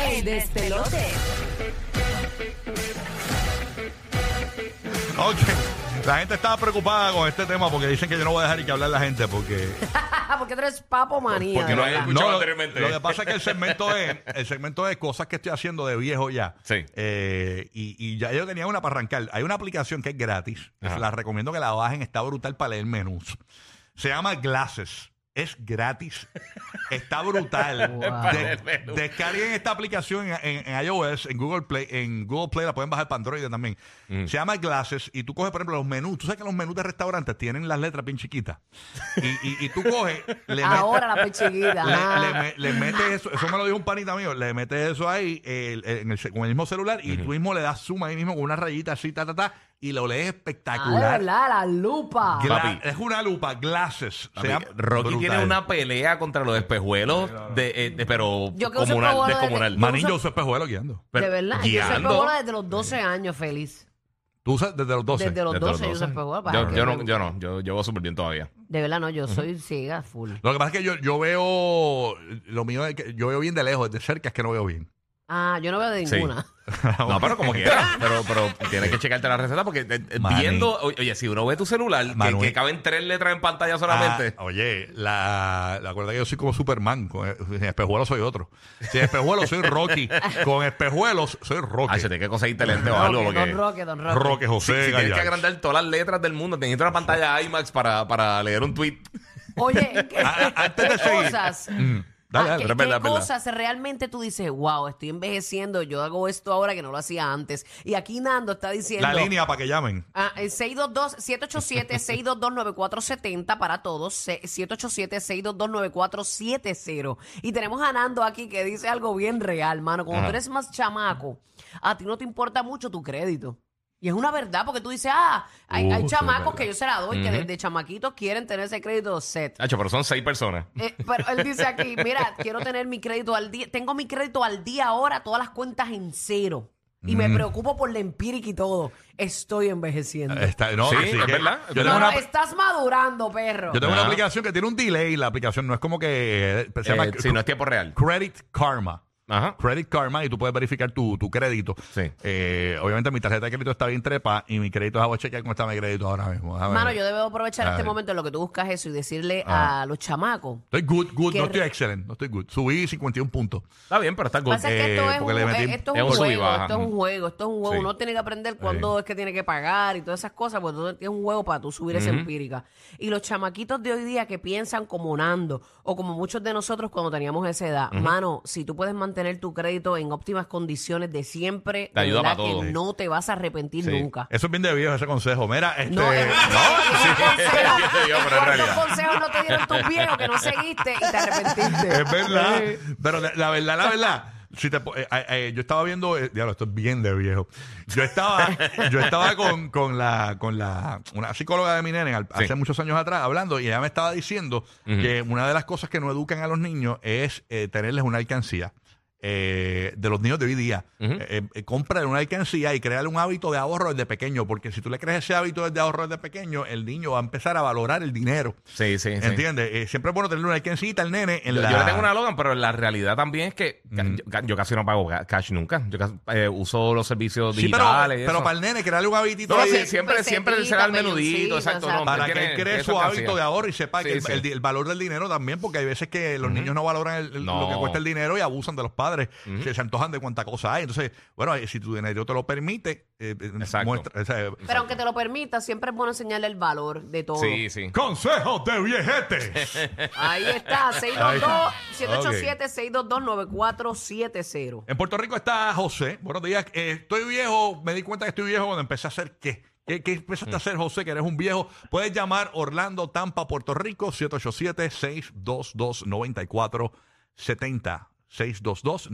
El despelote. Ok. La gente estaba preocupada con este tema porque dicen que yo no voy a dejar y que hablar la gente porque... Porque tú eres papo manía. Porque de no verdad. hay- escuchado anteriormente. Lo que pasa es que el segmento es, el segmento es cosas que estoy haciendo de viejo ya. Sí. Eh, y, y ya yo tenía una para arrancar. Hay una aplicación que es gratis. que Ajá. Se la recomiendo que la bajen. Está brutal para leer menús. Se llama Glasses. Es gratis. Está brutal. Wow. De- Para leer menús. descarguen esta aplicación en, en- en iOS, en Google Play. En Google Play la pueden bajar para Android también. Mm. Se llama Glasses y tú coges, por ejemplo, los menús. Tú sabes que los menús de restaurantes tienen las letras bien chiquitas. Y, y- y tú coges... le metes- Ahora la Ah, pecheguida. le, ajá. Ah. le me- le metes eso, eso me lo dijo un panita mío, le metes eso ahí eh, el- el- en el, ce- con el mismo celular y tú mismo le das suma ahí mismo con una rayita así, ta, ta, ta, y lo lees Ah, de espectacular. verdad, la lupa. Gla- Papi. Es una lupa, glasses. Papi, se llama- Rocky brutal. tiene una pelea contra los espejuelos, de, eh, de- pero Yo que uso comunal, espejuelos de- descomunal. Ma- Manín, uso- yo uso espejuelo guiando. Pero de verdad. Yo soy guiando. pegola desde los 12 años, feliz. Tú usas desde los 12. Desde los Desde los 12 yo soy 12. pegola. Yo, para que yo me- no, yo no, yo, yo voy súper bien todavía. De verdad, no, yo soy ciega, full. Lo que pasa es que yo, yo veo, lo mío es que yo veo bien de lejos, de cerca es que no veo bien. Ah, Ah, yo no veo de Sí. ninguna. No, pero como quieras. Pero, pero tienes que checarte la receta porque eh, eh, Maní. viendo, o- oye, si uno ve tu celular, que, Manuel. que caben tres letras en pantalla solamente. Ah, oye, la, la verdad que yo soy como Superman. Con, eh, sin espejuelos soy otro. Sin espejuelos soy Rocky. con espejuelos soy Rocky. Ah, se tiene que conseguirte lente o algo. Roque, Porque Don Roque, Don Roque. Roque si, si José tienes que Gallardo. agrandar todas las letras del mundo, necesitas una pantalla IMAX para, para leer un tweet. Oye, ¿qué, Ah, ah, antes de qué seguir. cosas? Mm, dale, ah, dale, ¿qué, es verdad, qué es verdad. cosas realmente tú dices, wow, estoy envejeciendo, yo hago esto ahora que no lo hacía antes? Y aquí Nando está diciendo... La línea para que llamen. Ah, el 622-787-622-9470 para todos. se- 787-622-9470. Y tenemos a Nando aquí que dice algo bien real, mano. Cuando tú eres más chamaco, a ti no te importa mucho tu crédito. Y es una verdad, porque tú dices, ah, hay, Uh, hay sí, es chamacos verdad. que yo se la doy, que desde chamaquitos quieren tener ese crédito set. Hacho, pero son seis personas. Eh, pero él dice aquí, mira, quiero tener mi crédito al día, tengo mi crédito al día ahora, todas las cuentas en cero. Y Mm. me preocupo por la empírica y todo. Estoy envejeciendo. Está- no, Sí, así es que verdad, es Yo verdad. tengo, No, no, una, estás madurando, perro. yo tengo una Ah. aplicación que tiene un delay. La aplicación no es como que. eh, se llama Eh, si no es tiempo real. Credit Karma. Ajá. Credit Karma y tú puedes verificar tu, tu crédito. Sí. Eh, obviamente mi tarjeta de crédito está bien trepa y mi crédito, déjame chequear cómo está mi crédito ahora mismo. déjame Mano, ver. yo debo aprovechar A este ver. Ah. momento en lo que tú buscas eso y decirle a los chamacos. Estoy good, good, Qué no estoy re- excelente, no estoy good. Subí 51 puntos. Está bien, pero está cool. Pasa que eh, esto es, un, porque le metí- eh, esto es es un un sub y juego, baja. esto es un juego, esto es un juego. Sí. Uno tiene que aprender cuándo es que tiene que pagar y todas esas cosas, porque tú tienes un juego para tú subir esa empírica. Y los chamaquitos de hoy día que piensan como Nando o como muchos de nosotros cuando teníamos esa edad, mano, si tú puedes mantener tu crédito en óptimas condiciones de siempre, Te de ayuda verdad para todo. que no te vas a arrepentir Sí. nunca. Eso es bien de viejo ese consejo. Mira, este. No, es- sí, yo te digo, pero en ¿Cuántos realidad. consejos no te dieron tus viejos que no seguiste y te arrepentiste? Es verdad. Pero la, la verdad, la verdad. Si te, po- eh, eh, eh, yo estaba viendo, eh, diablo, esto es bien de viejo. Yo estaba, yo estaba con, con la, con la, una psicóloga de mi nene al- Sí. hace muchos años atrás hablando y ella me estaba diciendo que una de las cosas que no educan a los niños es eh, tenerles una alcancía. eh, de los niños de hoy día, Eh, eh, compra una alcancía y crearle un hábito de ahorro desde pequeño, porque si tú le creas ese hábito desde ahorro desde pequeño, el niño va a empezar a valorar el dinero. Sí, sí, sí. ¿Entiendes? Eh, siempre es bueno tener una alcancita al nene en Yo, la. Mm. yo le tengo una Logan, pero la realidad también es que ca- yo, ca- yo casi no pago ca- cash nunca. Yo casi, eh, uso los servicios Sí, pero, digitales. y pero eso. para el nene, crearle un hábitito No, no, ahí sí, siempre, siempre Pesetita, será el peyoncito, menudito, exacto. exacto. no, para tiene- que él cree esa su hábito alcancía. de ahorro y sepa Sí, que el, sí. el- el valor del dinero también, porque hay veces que los niños no valoran el- el- lo No. que cuesta el dinero y abusan de los padres, se, se antojan de cuánta cosa hay. Entonces, bueno, eh, si tu dinero te lo permite, eh, eh, Exacto. muestra. o sea, eh, Pero aunque te lo permita, siempre es bueno enseñarle el valor de todo. Sí, sí. Consejos de viejetes. Ahí está, 622-787-622-9470. en Puerto Rico está José. Buenos días. Eh, estoy viejo, me di cuenta que estoy viejo cuando empecé a hacer qué. ¿Qué, qué empezaste a hacer, José, que eres un viejo? Puedes llamar Orlando Tampa, Puerto Rico, 787-622-9470.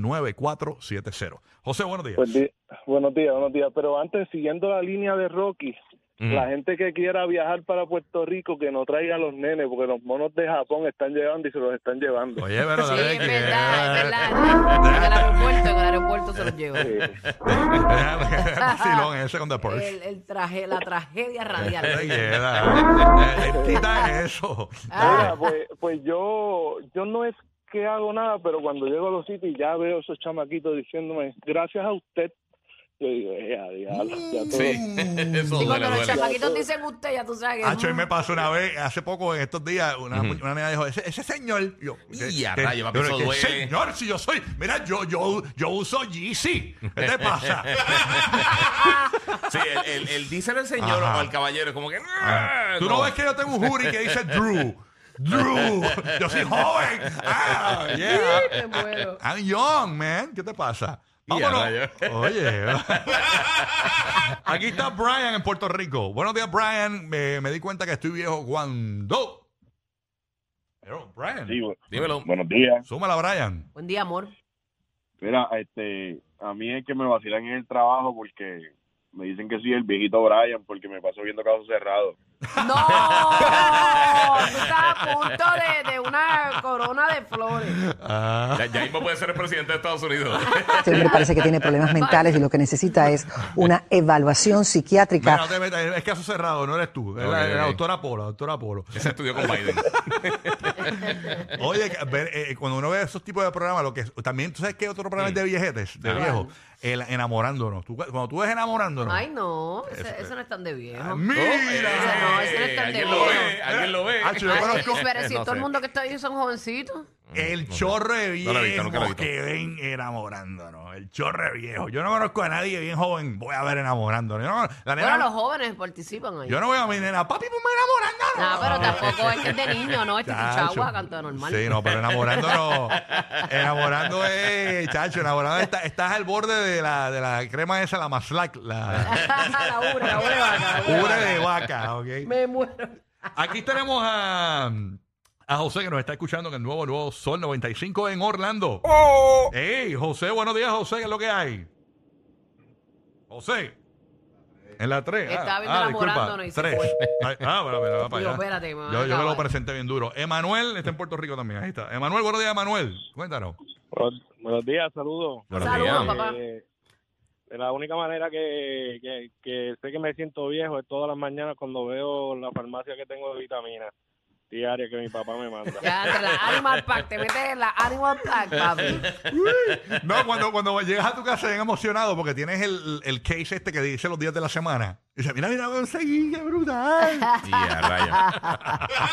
622-9470. José, buenos días. Pues di- buenos días, buenos días. Pero antes, siguiendo la línea de Rocky, Ujú. la gente que quiera viajar para Puerto Rico, que no traiga a los nenes, porque los monos de Japón están llegando y se los están llevando. Oye, pero Sí, dale, es que- verdad, es verdad. En el aeropuerto, en el aeropuerto se los lleva. Eh, Déjame- vacilón ese con The Purge. El, el traje, la tragedia radial. Ay, era. Eh, Quita eso. Ah, mira, pues, pues yo, yo no es que hago nada, pero cuando llego a los sitios y ya veo esos chamaquitos diciéndome, gracias a usted, yo digo, eh, a diablo, ya todo. Sí, Uh. eso Y duele, cuando los duele. chamaquitos dicen usted, ya tú sabes que. Hacho, y me mm, pasó una vez, hace poco, en estos días, una, una nena dijo, ese, ese señor, yo, Y a que- rayos, papi, pero eso que duele. señor, si yo soy, mira, yo, yo, yo uso Yeezy, ¿qué te pasa? Sí, el, el, el díselo al señor Ajá. o al caballero, es como que. Ah, "Ah, Tú no. ves que yo tengo un jury que dice Drew, Drew, yo soy joven, ah, yeah, me muero. I'm young, man, ¿qué te pasa? Y a Vámonos. rayos. Oye, aquí está Brian en Puerto Rico. Buenos días, Brian. Me, me di cuenta que estoy viejo cuando. Pero, Brian. Sí, bu- Dímelo. buenos días. Súmala, Brian. Buen día, amor. Mira, este, a mí es que me vacilan en el trabajo porque me dicen que soy el viejito Brian porque me paso viendo casos cerrados. ¡No! Tú estás a punto de, de una corona de flores. Ya, ya mismo puede ser el presidente de Estados Unidos. Este hombre parece que tiene problemas mentales y lo que necesita es una evaluación psiquiátrica. Mira, no te metas, es caso cerrado, no eres tú. Es la, Ok, la ok. doctora Polo, la doctora Polo. Ese estudió con Biden. Oye, que- ver, eh, cuando uno ve esos tipos de programas, lo que también, ¿tú sabes qué otro programa es de viejetes, de Ah. viejos? El enamorándonos. Tú- cuando tú ves enamorándonos. Ay, no. Ese, ese no es tan de viejo. ¡Mira! no, ese no es tan eh, ¿Alguien de lo bueno. ve? ¿Alguien lo ve? Ah, yo Ay, conozco- Pero si No todo el sé. mundo que está ahí son jovencitos. El chorro de Eh, No lo he visto, viejos nunca lo he visto. que ven enamorándonos. El chorro de viejo. Yo no conozco a nadie bien joven. Voy a ver enamorándonos. Yo no, la nena- Bueno, los jóvenes participan ahí. yo no voy a mi nena. Papi, ponme enamorándonos. No, pero Ah, tampoco es que es de niño, ¿no? este Es Chacho. chichagua, canta normal. Sí, no, pero enamorando no. enamorando es, chacho, enamorando está- estás al borde de la, de la crema esa, la maslac, la la ubre, la ubre vaca, la ubre pura vaca. de vaca, ¿ok? Me muero. Aquí tenemos a, a José que nos está escuchando en el nuevo, nuevo Sol 95 en Orlando. ¡Ey, José! Buenos días, José, ¿qué es lo que hay? José. En la 3. Estaba viendo ah, la disculpa. Morando, no, y se 3. fue. Ah, pero, pero, va para Digo, allá. espérate, me van a yo, yo me lo acabar. presenté bien duro. Emanuel está en Puerto Rico también. Ahí está. Emanuel, buenos días, Emanuel. Cuéntanos. Pues, Buenos, buenos días, saludos. Buenos Saludos, días. papá. Eh, de la única manera que, que, que sé que me siento viejo es todas las mañanas cuando veo la farmacia que tengo de vitaminas diarias que mi papá me manda. Ya, entre la Animal Pack, te metes en la Animal Pack, papi. No, cuando, cuando llegas a tu casa bien emocionado porque tienes el, el case este que dice los días de la semana. Y dice, mira, mira, conseguí, qué brutal. Y a rayos.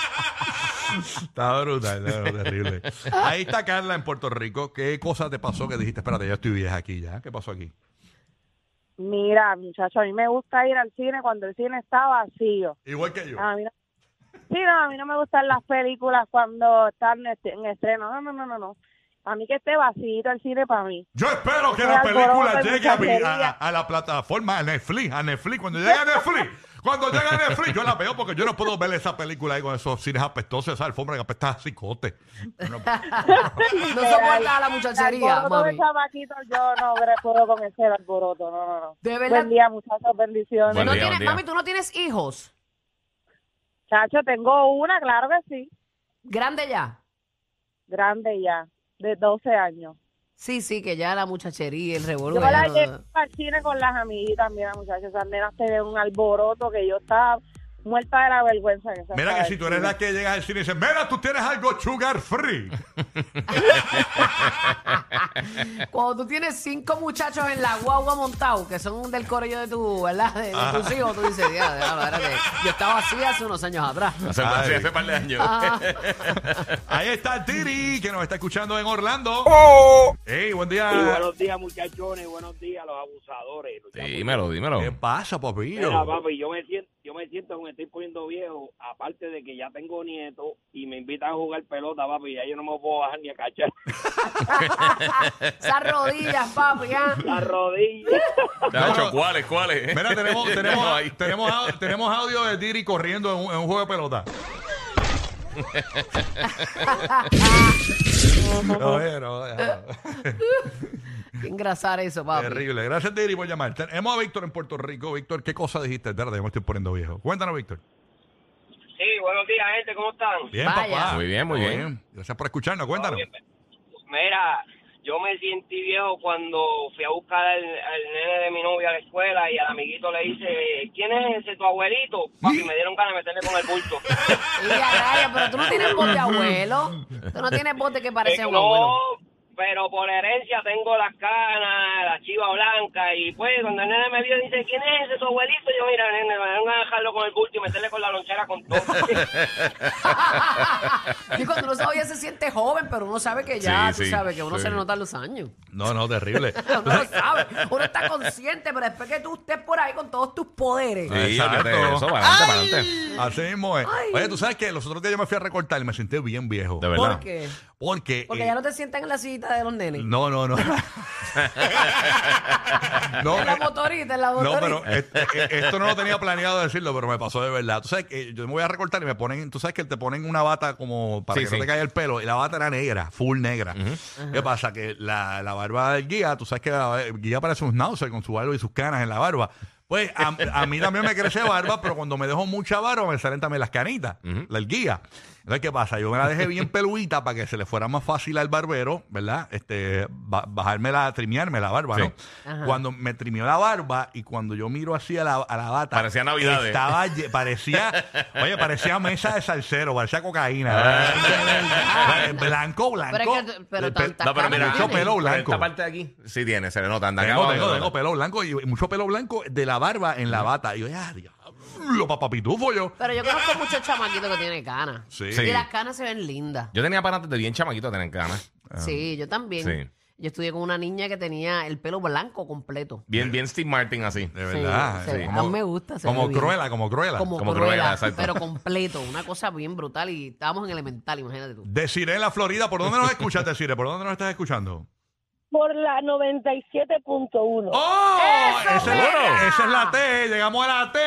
Está brutal, está brutal, terrible. Ahí está Carla en Puerto Rico. ¿Qué cosa te pasó que dijiste, espérate, ya estoy vieja aquí ya? ¿Qué pasó aquí? Mira, muchacho, a mí me gusta ir al cine cuando el cine está vacío. Igual que yo. A mí no, sí, no, a mí no me gustan las películas cuando están en est- en estreno. No, no, no, no, no. A mí que esté vacío el cine para mí. Yo espero que Ese la película alboroto en llegue a, mi- muchachería. a- a la plataforma, a Netflix, a Netflix. Cuando llegue a Netflix, cuando llegue a Netflix, yo la veo porque yo no puedo ver esa película ahí con esos cines apestosos, esa alfombra que apesta a cicote. No No, soporta la El muchachería, alboroto mami. de chamaquito, yo no hombre, puedo con ese alboroto. No, no, no. De verdad. Buen día, muchachos, bendiciones. ¿Tú Buen no día, tienes- buen día. mami, tú no tienes hijos. Chacho, tengo una, claro que sí. Grande ya. Grande ya, de 12 años. Sí, sí, que ya la muchachería, el Yo revolución. la llevo al cine con las amiguitas, mira muchachos, esas nenas tienen un alboroto que yo estaba muerta de la vergüenza. en esa Mira sala que de si tú eres cine. la que llega al cine y dice, mira, tú tienes algo sugar free. Cuando tú tienes cinco muchachos en la guagua montados, que son del correo de tu, ¿verdad? De, de tus hijos, tú dices, ya, déjalo, espérate. Yo estaba así hace unos años atrás. Hace, Ay. hace par de años. Ah. Ahí está Tiri, que nos está escuchando en Orlando. ¡Ey, buen día! Y buenos días, muchachones, buenos días, los abusadores. los chapos. dímelo, dímelo. ¿Qué pasa, papillo? Mira, papi, yo me siento, yo me siento que me estoy poniendo viejo, aparte de que ya tengo nietos y me invitan a jugar pelota, papi, ya yo no me puedo bajar ni a cachar Esas rodillas, papi, ¿ah? la rodilla. Nacho, ¿cuáles, cuáles? Mira, tenemos, No, tenemos, ahí. tenemos, au- tenemos audio de Tiri corriendo en un, en un juego de pelota. No, eh, no, eh, Qué engrasar eso, no. papi. Terrible. Gracias, Tiri, por llamar. Tenemos a Víctor en Puerto Rico. Víctor, ¿qué cosa dijiste? Espérate, yo me estoy poniendo viejo. Cuéntanos, Víctor. Sí, buenos días, gente, ¿cómo están? Bien, Vaya. papá. Muy bien, muy bien. Gracias por escucharnos. Cuéntanos. Mira, yo Yo me sentí viejo cuando fui a buscar al, al nene de mi novia a la escuela y al amiguito le hice, ¿quién es ese tu abuelito? Papi, me dieron ganas de meterle con el bulto. Y a rayos, pero tú no tienes voz de abuelo. Tú no tienes voz de que parece Eh, un no, abuelo. pero por herencia tengo las canas, la chiva blanca y pues cuando el nene me vio dice, ¿quién es ese tu abuelito? Yo, mira, nene, me van a dejarlo con el bulto y meterle con la lonchera con todo. y cuando uno todavía se siente joven, pero uno sabe que ya, Sí, tú sí, sabes, que uno sí. se le notan los años. No, no, terrible. Uno lo sabe, uno está consciente, pero después que tú estés por ahí con todos tus poderes. Sí, Exacto. olvídate de eso, para adelante, para Así adelante. mismo es. Ay. Oye, tú sabes que los otros días yo me fui a recortar y me sentí bien viejo. De verdad. ¿Por qué? Porque. Porque eh, ya no te sientan en la sillita de los nenes. no, no, no. no, en la eh, motorita, en la No, motorita. pero este- eh, esto no lo tenía planeado decirlo, pero me pasó de verdad. Tú sabes que yo me voy a recortar y me ponen, tú sabes que te ponen una bata como para Sí, que sí. no te caiga el pelo. Y la bata era negra, full negra. ¿Qué pasa? Que la, la barba del guía, tú sabes que la- el guía parece un schnauzer con su barba y sus canas en la barba. Pues a, a mí también me crece barba, pero cuando me dejo mucha barba me salen también las canitas, la del guía. Entonces, ¿qué pasa? Yo me la dejé bien peluita para que se le fuera más fácil al barbero, ¿verdad? Este, ba- bajármela, trimearme la barba, Sí. ¿no? Cuando me trimió la barba y cuando yo miro así a la, a la bata. Parecía Navidades. Estaba, lle- parecía, oye, parecía mesa de salsero, parecía cocaína. Ah. blanco, blanco. Pero es que tú- pero Eh, tantas no, pero caras mira, no mucho tiene. pelo blanco. Esta parte de aquí. Sí tiene, se le nota. Anda, Tengo, acá tengo, abajo, tengo pelo blanco y y mucho pelo blanco de la barba en la bata. Y yo, ah, diablo, papapitufo yo. Pero yo conozco muchos chamaquitos que tienen canas. Sí. Y las canas se ven lindas. Yo tenía aparatos de bien chamaquito tener ganas. Sí, yo también. Sí. Yo estudié con una niña que tenía el pelo blanco completo. Bien, bien Steve Martin así. De Sí, verdad. se sí, ve- como- a mí me gusta, se ve Como bien. cruela, como cruela. Como, Ah, Como Cruella, Cruella, exacto. pero completo. Una cosa bien brutal. Y estábamos en elemental, imagínate tú. Desiree en la Florida, ¿por dónde nos escuchas, Desiree? ¿Por dónde nos estás escuchando? Por la 97.1. ¡Oh! Esa es, la, perra! esa es la T, llegamos a la T.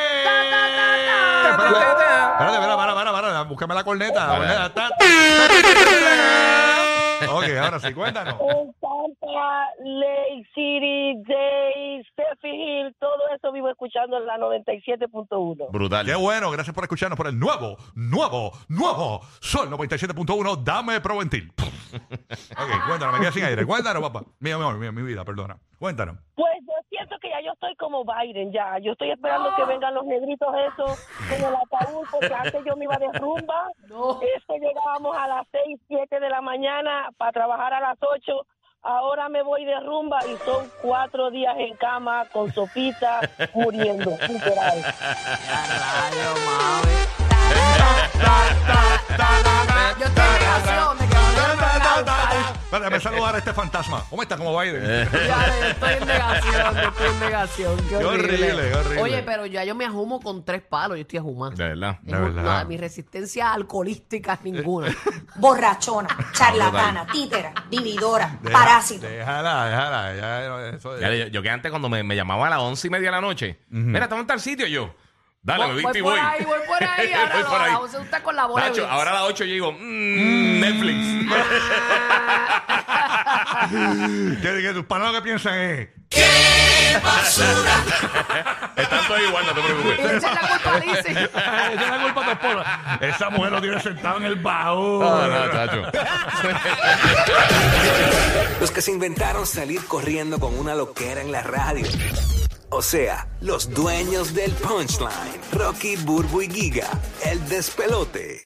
Espérate, espera, para, para, para, búscame la corneta. la corneta. Ta, ta, ta, ta, ta. Ok, ahora sí, cuéntanos. Santa, Lake City, Jay, Steffi Hill, todo eso vivo escuchando en la 97.1. Brutal. Qué bueno, gracias por escucharnos por el nuevo, nuevo, nuevo Sol 97.1, dame Proventil. ok, cuéntanos, me quedé sin aire. Cuéntanos, papá. Mi amor, mi, mi vida, perdona. Cuéntanos. Pues yo siento que ya yo estoy como Biden, ya. Yo estoy esperando que vengan los negritos esos con el ataúd, porque antes yo me iba de rumba. No. Eso llegábamos a las 6, 7 de la mañana para trabajar a las 8. Ahora me voy de rumba y son cuatro días en cama con sopita muriendo, literal. Yo estoy en negación de que me dieron la causa. Espérate, déjame saludar a este fantasma. ¿Cómo está? ¿Cómo Biden? Ya, yo estoy en negación, yo estoy en negación. Qué Qué horrible. horrible, qué horrible. Oye, pero ya yo me ajumo con tres palos, yo estoy ajumando. De verdad. De verdad. No, mi resistencia alcoholística es ninguna. borrachona, charlatana, títera, vividora, Deja- parásito. Déjala, déjala. Ya, eso, Ya, yo, yo que antes cuando me, me llamaba a las once y media de la noche, mira, estamos en tal sitio y yo. Dale, me viste y por voy. ahí, voy por ahí. Ahora Voy lo por ahí. hago, se gusta con la bola de Nacho, Vicks. ahora a las 8 yo digo, mmm, Netflix. que, que tus panas lo que piensan es. Están todos igual, no te Y preocupes. echa la culpa a Lizzy. "Ay, Esa es la culpa de tu esposa". Esa mujer lo tiene sentado en el baúl. No, no, Chacho. Los que se inventaron salir corriendo con una loquera en la radio. O sea, los dueños del punchline. Rocky, Burbu y Giga. El despelote.